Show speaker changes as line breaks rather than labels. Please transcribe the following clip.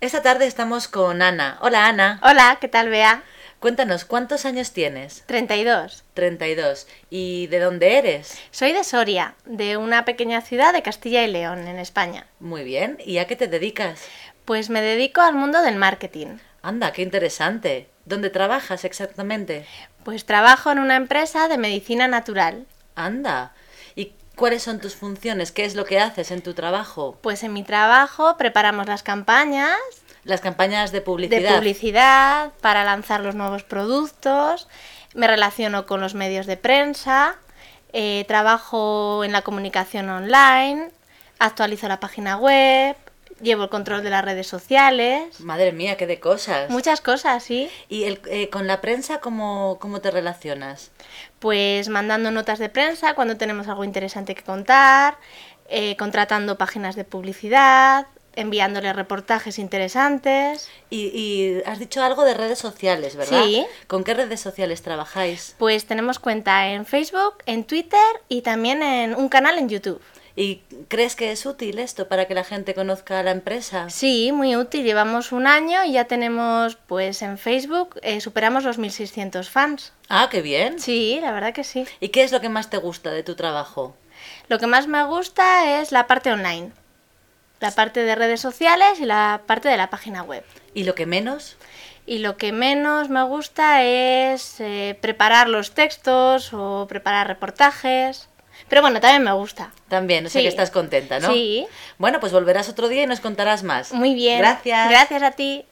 Esta tarde estamos con Ana. Hola Ana.
Hola, ¿qué tal, Bea?
Cuéntanos, ¿cuántos años tienes?
32.
32. ¿Y de dónde eres?
Soy de Soria, de una pequeña ciudad de Castilla y León, en España.
Muy bien. ¿Y a qué te dedicas?
Pues me dedico al mundo del marketing.
Anda, qué interesante. ¿Dónde trabajas exactamente?
Pues trabajo en una empresa de medicina natural.
Anda. ¿Y cuáles son tus funciones? ¿Qué es lo que haces en tu trabajo?
Pues en mi trabajo preparamos las campañas
Las campañas de
de
publicidad.
publicidad para lanzar los nuevos productos, me relaciono con los medios de prensa, eh, trabajo en la comunicación online, actualizo la página web, llevo el control de las redes sociales,
Madre mía, qué de cosas.
muchas cosas, ¿sí?
¿Y el- eh, con la prensa cómo, cómo te relacionas?
Pues mandando notas de prensa cuando tenemos algo interesante que contar, eh, contratando páginas de publicidad, enviándoles reportajes interesantes.
Y, y has dicho algo de redes sociales, ¿verdad?
Sí.
¿Con qué redes sociales trabajáis?
Pues tenemos cuenta en Facebook, en Twitter y también en un canal en YouTube.
¿Y crees que es útil esto para que la gente conozca a la empresa?
Sí, muy útil. Llevamos un año y ya tenemos, pues en Facebook, eh, superamos los 1.600 fans.
Ah, qué bien.
Sí, la verdad que sí.
¿Y qué es lo que más te gusta de tu trabajo?
Lo que más me gusta es la parte online. La parte de redes sociales y la parte de la página web.
¿Y lo que menos?
Y lo que menos me gusta es eh, preparar los textos o preparar reportajes. Pero bueno, también me gusta.
También, o sea
Sí.
que estás contenta, ¿no?
Sí.
Bueno, pues volverás otro día y nos contarás más.
Muy bien.
Gracias.
Gracias a ti.